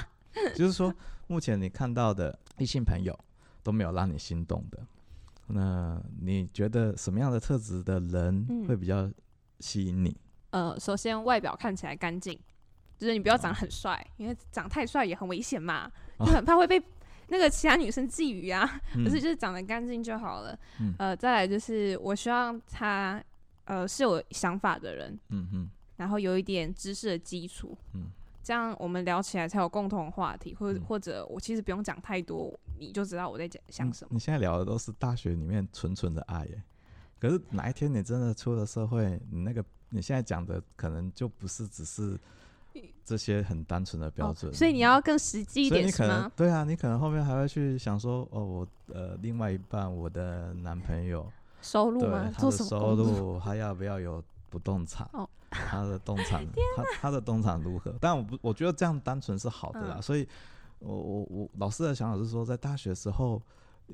Speaker 2: 就是说，目前你看到的异性朋友都没有让你心动的，那你觉得什么样的特质的人会
Speaker 3: 嗯
Speaker 2: 比较吸引你？
Speaker 3: 呃，首先外表看起来干净，就是你不要
Speaker 2: 哦
Speaker 3: 长得很帅，因为长太帅也很危险嘛， <laughs> 就很怕会被那个其他女生觊觎啊。可是
Speaker 2: 嗯
Speaker 3: <laughs> 就是长得干净就好了。
Speaker 2: 嗯
Speaker 3: 呃，再来就是我希望他呃是有想法的人，
Speaker 2: 嗯嗯
Speaker 3: 然后有一点知识的基础，
Speaker 2: 嗯
Speaker 3: 这样我们聊起来才有共同话题，或者、
Speaker 2: 嗯
Speaker 3: 或者我其实不用讲太多，你就知道我在讲想什么。
Speaker 2: 你现在聊的都是大学里面纯纯的爱耶，可是哪一天你真的出了社会，你那个你现在讲的可能就不是只是这些很单纯的标准、嗯
Speaker 3: 哦，所以你要更实际一
Speaker 2: 所以
Speaker 3: 点
Speaker 2: 你
Speaker 3: 是
Speaker 2: 可能
Speaker 3: 吗？
Speaker 2: 对啊，你可能后面还会去想说，哦，我呃，另外一半，我的男朋友，
Speaker 3: 收入
Speaker 2: 对
Speaker 3: 吗？
Speaker 2: 他
Speaker 3: 做
Speaker 2: 的
Speaker 3: 什么
Speaker 2: 收
Speaker 3: 工作？
Speaker 2: 入，他要不要有不动产？
Speaker 3: 哦
Speaker 2: 他的动
Speaker 3: <laughs>
Speaker 2: 产，他他的动产如何？但我不，我觉得这样单纯是好的啦。
Speaker 3: 嗯
Speaker 2: 所以我，我我老师的想法是说，在大学时候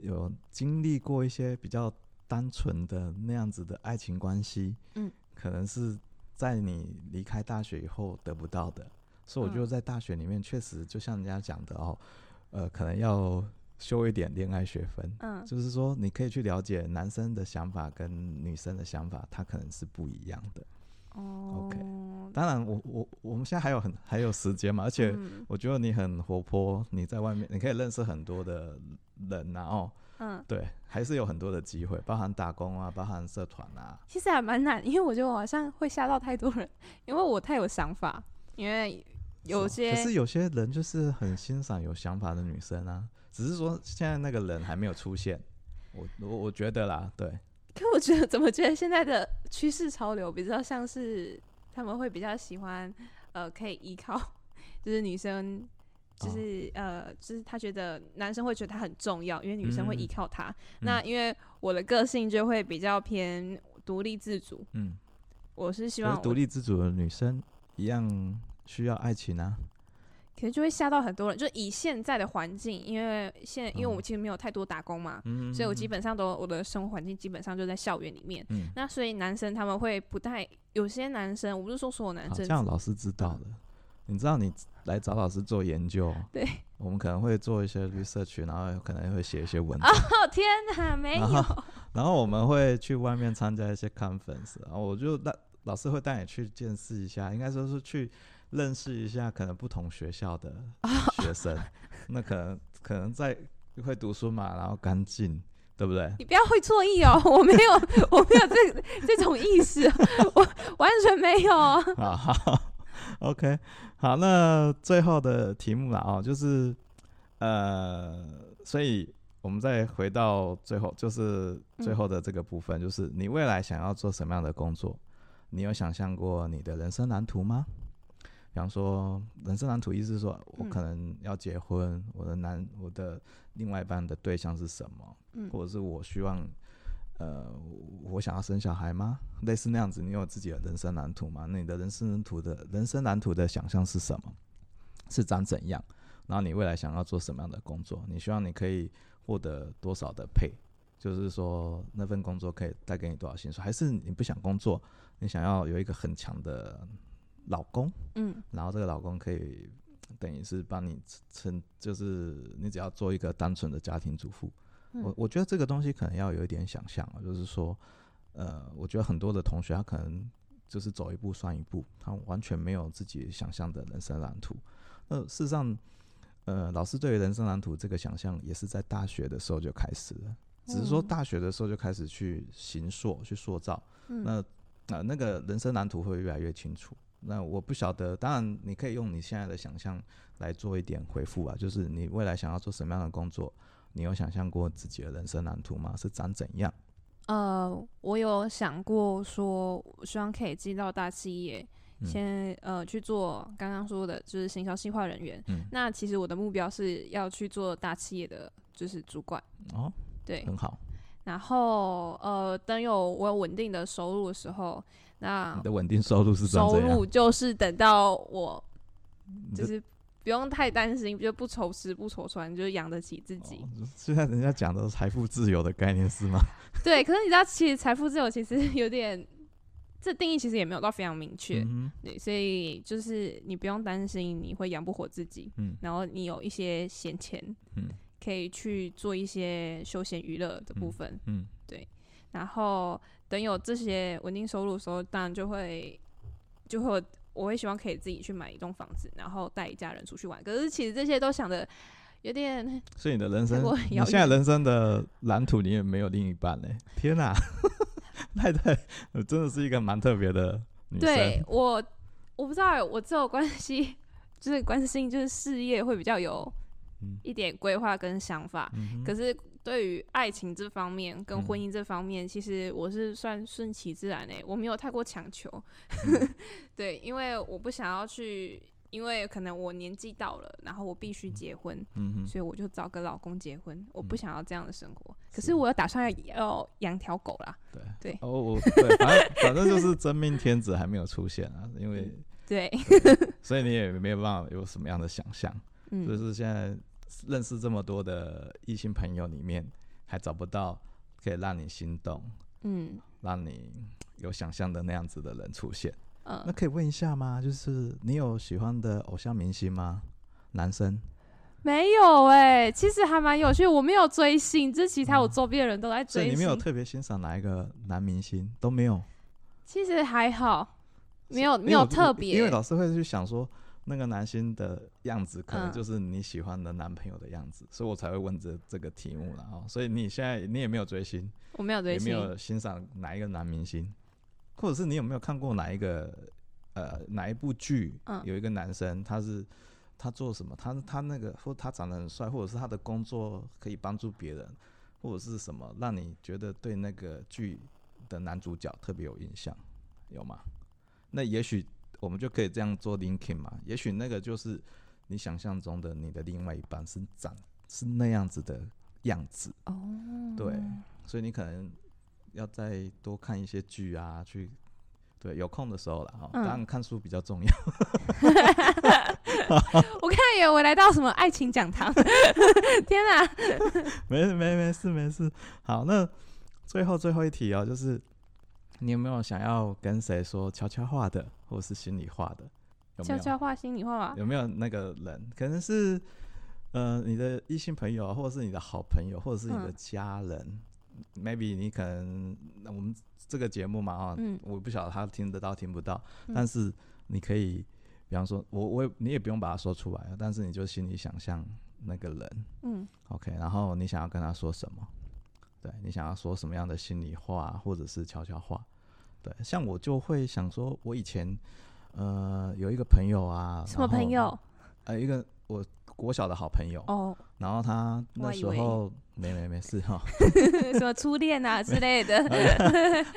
Speaker 2: 有经历过一些比较单纯的那样子的爱情关系，
Speaker 3: 嗯，
Speaker 2: 可能是在你离开大学以后得不到的。所以我觉得
Speaker 3: 嗯
Speaker 2: 在大学里面，确实就像人家讲的哦，呃，可能要修一点恋爱学分，
Speaker 3: 嗯
Speaker 2: 就是说，你可以去了解男生的想法跟女生的想法，他可能是不一样的。
Speaker 3: 哦
Speaker 2: OK 当然我，我我们现在还有很还有时间嘛，而且
Speaker 3: 嗯
Speaker 2: 我觉得你很活泼，你在外面你可以认识很多的人、然后
Speaker 3: 嗯，
Speaker 2: 对，还是有很多的机会，包含打工啊，包含社团啊。
Speaker 3: 其实还蛮难，因为我觉得我好像会吓到太多人，因为我太有想法，因为有
Speaker 2: 是吧可
Speaker 3: 些
Speaker 2: 是有些人就是很欣赏有想法的女生啊，只是说现在那个人还没有出现。我我我觉得啦，对，
Speaker 3: 可我觉得怎么觉得现在的趋势潮流比较像是他们会比较喜欢，呃，可以依靠，就是女生，就
Speaker 2: 哦
Speaker 3: 是、呃，就是他觉得男生会觉得他很重要，因为女生会依
Speaker 2: 嗯
Speaker 3: 靠他。那因为我的个性就会比较偏独立自主，
Speaker 2: 嗯，
Speaker 3: 我是希
Speaker 2: 可
Speaker 3: 望
Speaker 2: 是
Speaker 3: 我
Speaker 2: 独，立自主的女生一样需要爱情啊。
Speaker 3: 可能就会吓到很多人。就以现在的环境，因为现因为我
Speaker 2: 嗯
Speaker 3: 其实没有太多打工嘛，
Speaker 2: 嗯，
Speaker 3: 所以我基本上都我的生活环境基本上就在校园里面。
Speaker 2: 嗯，
Speaker 3: 那所以男生他们会不太，有些男生我不是说所有男
Speaker 2: 好，
Speaker 3: 生
Speaker 2: 啊这，样老师知道了。你知道你来找老师做研究，
Speaker 3: <laughs> 对，
Speaker 2: 我们可能会做一些 research，然后可能会写一些文章，
Speaker 3: 哦天哪，没有
Speaker 2: 然，后然后我们会去外面参加一些 conference，然后我就带老师会带你去见识一下，应该说是去认识一下可能不同学校的学
Speaker 3: <laughs>
Speaker 2: 生，那可能可能在会读书嘛，然后干净，对不对？
Speaker 3: <laughs> 你不要会错意哦，我没有，我没有这这种意识，我完全没有哦。
Speaker 2: <laughs> 好啊好，OK，好，那最后的题目了哦，就是呃，所以我们再回到最后，就是最
Speaker 3: 嗯
Speaker 2: 后的这个部分，就是你未来想要做什么样的工作？你有想象过你的人生蓝图吗？比方说，人生蓝图意思是说我
Speaker 3: 嗯
Speaker 2: 可能要结婚，我的男我的另外一半的对象是什么，
Speaker 3: 嗯
Speaker 2: 或者是我希望呃，我想要生小孩吗？类似那样子，你有自己的人生蓝图吗？那你的人生蓝图的人生蓝图的想象是什么？是长怎样？然后你未来想要做什么样的工作？你希望你可以获得多少的配？就是说那份工作可以带给你多少薪水？还是你不想工作，你想要有一个很强的老公，
Speaker 3: 嗯
Speaker 2: 然后这个老公可以等于是帮你撑，就是你只要做一个单纯的家庭主妇，我
Speaker 3: 嗯
Speaker 2: 我觉得这个东西可能要有一点想象啊，就是说，呃，我觉得很多的同学他可能就是走一步算一步，他完全没有自己想象的人生蓝图。那事实上，呃，老师对于人生蓝图这个想象也是在大学的时候就开始了，只是说
Speaker 3: 嗯
Speaker 2: 大学的时候就开始去形塑、去塑造。
Speaker 3: 嗯
Speaker 2: 那啊、呃那个人生蓝图会越来越清楚。那我不晓得，当然你可以用你现在的想象来做一点回复啊，就是你未来想要做什么样的工作，你有想象过自己的人生蓝图吗？是长怎样？
Speaker 3: 呃，我有想过说，我希望可以进到大企业，
Speaker 2: 嗯
Speaker 3: 先呃去做刚刚说的，就是行销计划人员。
Speaker 2: 嗯
Speaker 3: 那其实我的目标是要去做大企业的，就是主管。
Speaker 2: 哦，
Speaker 3: 对，
Speaker 2: 很好，
Speaker 3: 然后呃，等有我有稳定的收入的时候，那
Speaker 2: 你的稳定收入是长
Speaker 3: 收
Speaker 2: 怎样
Speaker 3: 入？就是等到我
Speaker 2: 你
Speaker 3: 就
Speaker 2: 的
Speaker 3: 是不用太担心，就不愁吃不愁穿，就是养得起自己。 <laughs>
Speaker 2: 哦 <laughs> 现在人家讲的财富自由的概念是吗？
Speaker 3: 对，可是你知道，其实财富自由其实 <laughs> 有点，这定义其实也没有到非常明确，
Speaker 2: 嗯
Speaker 3: 对，所以就是你不用担心你会养不活自己，
Speaker 2: 嗯
Speaker 3: 然后你有一些闲钱，
Speaker 2: 嗯
Speaker 3: 可以去做一些休闲娱乐的部
Speaker 2: 嗯
Speaker 3: 分，
Speaker 2: 哼嗯，
Speaker 3: 然后等有这些稳定收入的时候，当然就会就会有我会希望可以自己去买一栋房子，然后带一家人出去玩。可是其实这些都想的有点，
Speaker 2: 所以你的人
Speaker 3: 太
Speaker 2: 生
Speaker 3: 过，
Speaker 2: 你
Speaker 3: 遥
Speaker 2: 现在
Speaker 3: 远
Speaker 2: 人生的蓝图你也没有另一半呢、天哪、 <laughs> 太太，呃真的是一个蛮特别的女生。
Speaker 3: 对我我不知道欸，我这种关系 <laughs> 就是关心就是事业会比较有
Speaker 2: 嗯
Speaker 3: 一点规划跟想法，
Speaker 2: 嗯哼
Speaker 3: 可是。对于爱情这方面跟
Speaker 2: 嗯
Speaker 3: 婚姻这方面，其实我是算顺
Speaker 2: 嗯
Speaker 3: 欸 <laughs> 其自然诶、我没有太过强求。对，因为我不想要去因为可能我年纪到了，然后我必须结婚，
Speaker 2: 嗯哼，
Speaker 3: 所以我就找个老公结婚。我不
Speaker 2: 嗯
Speaker 3: 想要这样的生活，可
Speaker 2: 是
Speaker 3: 是我又打算要养条狗啦。
Speaker 2: 对
Speaker 3: 对
Speaker 2: 哦，我对，反正反正就是真命天子还没有出现啊，因为
Speaker 3: 对，
Speaker 2: 所以你也没有办法有什么样的想象，就
Speaker 3: 嗯，
Speaker 2: 是现在认识这么多的异性朋友里面，还找不到可以让你心动、
Speaker 3: 嗯，
Speaker 2: 让你有想象的那样子的人出现。那
Speaker 3: 呃，
Speaker 2: 可以问一下吗？就是你有喜欢的偶像明星吗？男生？
Speaker 3: 没有哎、其实还蛮有趣。我没有追星，这其他我
Speaker 2: 嗯
Speaker 3: 周边的人都在
Speaker 2: 所以
Speaker 3: 追
Speaker 2: 你没有
Speaker 3: 星，
Speaker 2: 特别欣赏哪一个男明星都没有，
Speaker 3: 其实还好，没有
Speaker 2: 因
Speaker 3: 没
Speaker 2: 为
Speaker 3: 有
Speaker 2: 我
Speaker 3: 特
Speaker 2: 因
Speaker 3: 别
Speaker 2: 为。老师会去想说那个男星的样子可能
Speaker 3: 嗯
Speaker 2: 就是你喜欢的男朋友的样子，所以我才会问这这个题目然后，所以你现在你也没有追星，
Speaker 3: 我没有追
Speaker 2: 也没
Speaker 3: 星，
Speaker 2: 有欣赏哪一个男明星，或者是你有没有看过哪一个呃哪一部剧，
Speaker 3: 嗯
Speaker 2: 有一个男生他是他做什么，他他那个或他长得很帅，或者是他的工作可以帮助别人，或者是什么让你觉得对那个剧的男主角特别有印象，有吗？那也许我们就可以这样做 linking 嘛，也许那个就是你想象中的你的另外一半是长是那样子的样子。
Speaker 3: 哦，
Speaker 2: 对，所以你可能要再多看一些剧啊，去对有空的时候啦，哈、当
Speaker 3: 嗯
Speaker 2: 然看书比较重要。 <laughs>
Speaker 3: <laughs> 我看以为我来到什么爱情讲堂， <laughs> 天啊哪、
Speaker 2: 没没没事没事。好，那最后最后一题哦，就是你有没有想要跟谁说悄悄话的，或是心里话的？有没
Speaker 3: 悄
Speaker 2: 有？
Speaker 3: 悄话、心里话吧。
Speaker 2: 有没有那个人？可能是呃你的异性朋友，啊或者是你的好朋友，或者是你的
Speaker 3: 嗯
Speaker 2: 家人。maybe 你可能那我们这个节目嘛哈，
Speaker 3: 嗯
Speaker 2: 我不晓得他听得到听不到，
Speaker 3: 嗯
Speaker 2: 但是你可以，比方说我我也你也不用把它说出来，啊但是你就心里想象那个人
Speaker 3: 嗯
Speaker 2: ，OK，然后你想要跟他说什么，对你想要说什么样的心里话或者是悄悄话，对，像我就会想说，我以前呃有一个朋友啊，
Speaker 3: 什么
Speaker 2: 然后
Speaker 3: 朋友？
Speaker 2: 呃，一个我国小的好朋友，
Speaker 3: 哦， <laughs>
Speaker 2: 然后他
Speaker 3: 我
Speaker 2: 那
Speaker 3: 以
Speaker 2: 时
Speaker 3: 为
Speaker 2: 候没没没事哈，
Speaker 3: 什么初
Speaker 2: <laughs>
Speaker 3: 恋啊之类的。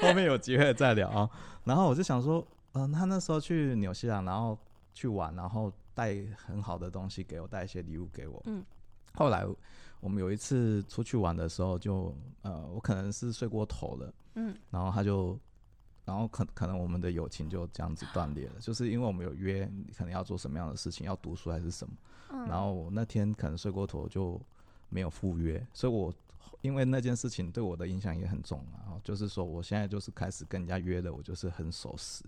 Speaker 2: 后面有机会再聊啊。然后我就想说，嗯、他那时候去纽西兰，然后去玩，然后带很好的东西给我，带一些礼物给我。
Speaker 3: 嗯。
Speaker 2: 后来我们有一次出去玩的时候就，呃，我可能是睡过头了，
Speaker 3: 嗯
Speaker 2: 然后他就，然后可可能我们的友情就这样子断裂了，就是因为我们有约，可能要做什么样的事情，要读书还是什么。
Speaker 3: 嗯，
Speaker 2: 然后我那天可能睡过头就没有赴约，所以我因为那件事情对我的影响也很重啊。哦就是说，我现在就是开始跟人家约了，我就是很守时，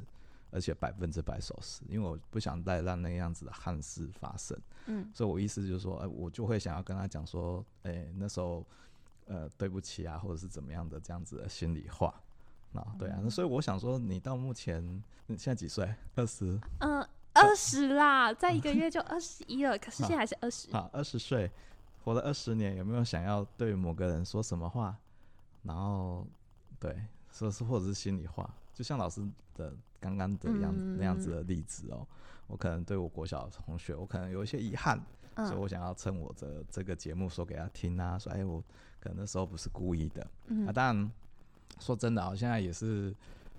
Speaker 2: 而且百分之百守时，因为我不想再让那样子的憾事发生。
Speaker 3: 嗯
Speaker 2: 所以我意思就是说，哎、我就会想要跟他讲说，哎、那时候呃对不起啊，或者是怎么样的这样子的心里话。啊，对
Speaker 3: 嗯
Speaker 2: 啊，那所以我想说，你到目前你现在几岁？二十
Speaker 3: 嗯，二十啦，再一个
Speaker 2: <laughs>
Speaker 3: 月就二十一了，可是现在还是二十。
Speaker 2: 好，啊二十岁，活了二十年，有没有想要对某个人说什么话？然后，对，说是或者是心里话，就像老师的刚刚的样、
Speaker 3: 嗯
Speaker 2: 那样子的例子哦。我可能对我国小的同学，我可能有一些遗憾，所以
Speaker 3: 嗯
Speaker 2: 我想要趁我的这个节目说给他听啊，说哎，我可能那时候不是故意的、啊。
Speaker 3: 嗯，
Speaker 2: 当然，说真的啊，现在也是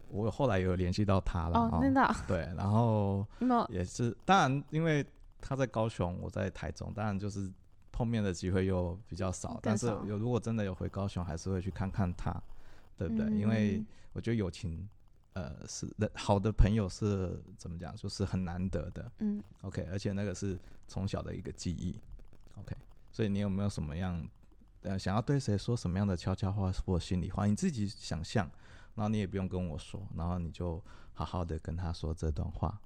Speaker 2: 我后来有联系到他了
Speaker 3: 哦，真的哦
Speaker 2: 对，然后。
Speaker 3: 有没有？
Speaker 2: 也是，当然，因为他在高雄，我在台中，当然就是碰面的机会又比较少。但是
Speaker 3: 嗯少
Speaker 2: 有如果真的有回高雄，还是会去看看他，对不对？因为
Speaker 3: 嗯
Speaker 2: 我觉得友情，呃，是人好的朋友是怎么讲，就是很难得的。
Speaker 3: 嗯，
Speaker 2: OK，而且那个是从小的一个记忆。OK，所以你有没有什么样呃想要对谁说什么样的悄悄话或心里话？你自己想象，然后你也不用跟我说，然后你就好好的跟他说这段话。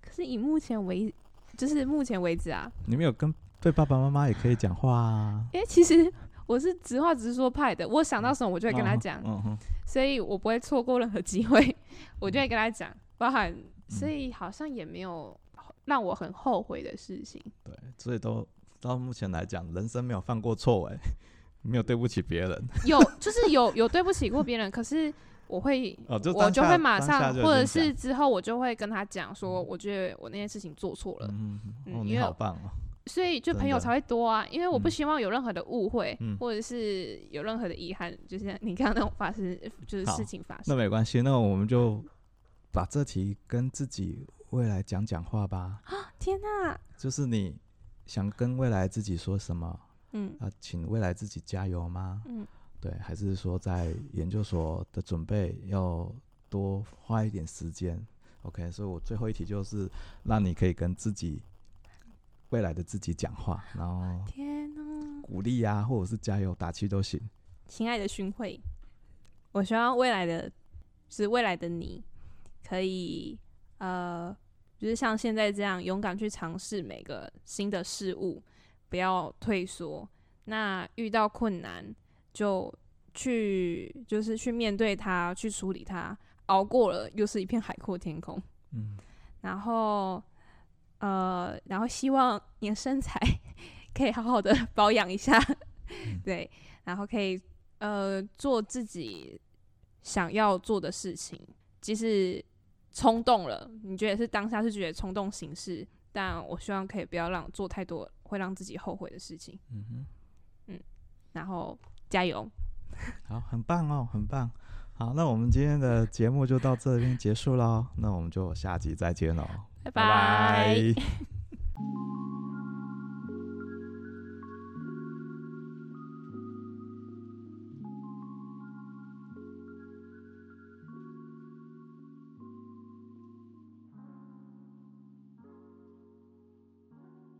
Speaker 3: 可是以目前为，就是目前为止啊，
Speaker 2: 你们有跟对爸爸妈妈也可以讲话啊？
Speaker 3: 因为其实我是直话直说派的，我想到什么我就会跟他
Speaker 2: 嗯
Speaker 3: 讲，
Speaker 2: 嗯哼，
Speaker 3: 所以我不会错过任何机会， <laughs> 我就会跟他讲，包含，
Speaker 2: 嗯
Speaker 3: 所以好像也没有让我很后悔的事情。
Speaker 2: 对，所以都到目前来讲，人生没有犯过错哎、 <laughs> 没有对不起别人
Speaker 3: 有，就是有有对不起过别人，可是我会，
Speaker 2: 哦，就
Speaker 3: 我
Speaker 2: 当
Speaker 3: 就
Speaker 2: 下
Speaker 3: 会马
Speaker 2: 当下
Speaker 3: 上，
Speaker 2: 就已
Speaker 3: 或者
Speaker 2: 经
Speaker 3: 是之后我就会跟他讲说，我觉得我那件事情做错了，
Speaker 2: 讲嗯，
Speaker 3: 嗯
Speaker 2: 哦，
Speaker 3: 因
Speaker 2: 你
Speaker 3: 为
Speaker 2: 好棒哦，
Speaker 3: 所以就
Speaker 2: 真
Speaker 3: 朋友
Speaker 2: 的
Speaker 3: 才会多啊，因为我不
Speaker 2: 嗯
Speaker 3: 希望有任何的误会，
Speaker 2: 嗯
Speaker 3: 或者是有任何的遗憾，就像你刚刚那种发生，就是
Speaker 2: 好
Speaker 3: 事情发
Speaker 2: 那
Speaker 3: 生，
Speaker 2: 没关系，那我们就把这题跟自己未来讲讲话
Speaker 3: <laughs>
Speaker 2: 吧，
Speaker 3: 天哪、
Speaker 2: 就是你想跟未来自己说什么
Speaker 3: 嗯
Speaker 2: 啊？请未来自己加油吗？
Speaker 3: 嗯
Speaker 2: 对，还是说在研究所的准备要多花一点时间？OK，所以我最后一题就是让你可以跟自己未来的自己讲话，然后
Speaker 3: 天哪、
Speaker 2: 鼓励啊，或者是加油打气都行。
Speaker 3: 亲爱的勋慧，我希望未来的，就是未来的你，可以呃，就是像现在这样勇敢去尝试每个新的事物，不要退缩。那遇到困难就去，就是去面对它，去处理它，熬过了又是一片海阔天空。
Speaker 2: 嗯，
Speaker 3: 然后呃，然后希望你的身材 <laughs> 可以好好的 <laughs> 保养一下，对，然后可以呃做自己想要做的事情，即使冲动了，你觉得是当下是觉得冲动行事，但我希望可以不要让做太多会让自己后悔的事情，
Speaker 2: 嗯哼。
Speaker 3: 然后加油，
Speaker 2: 好，很棒哦，很棒。好，那我们今天的节目就到这边结束喽，那我们就下集再见喽，
Speaker 3: 拜
Speaker 2: 拜拜。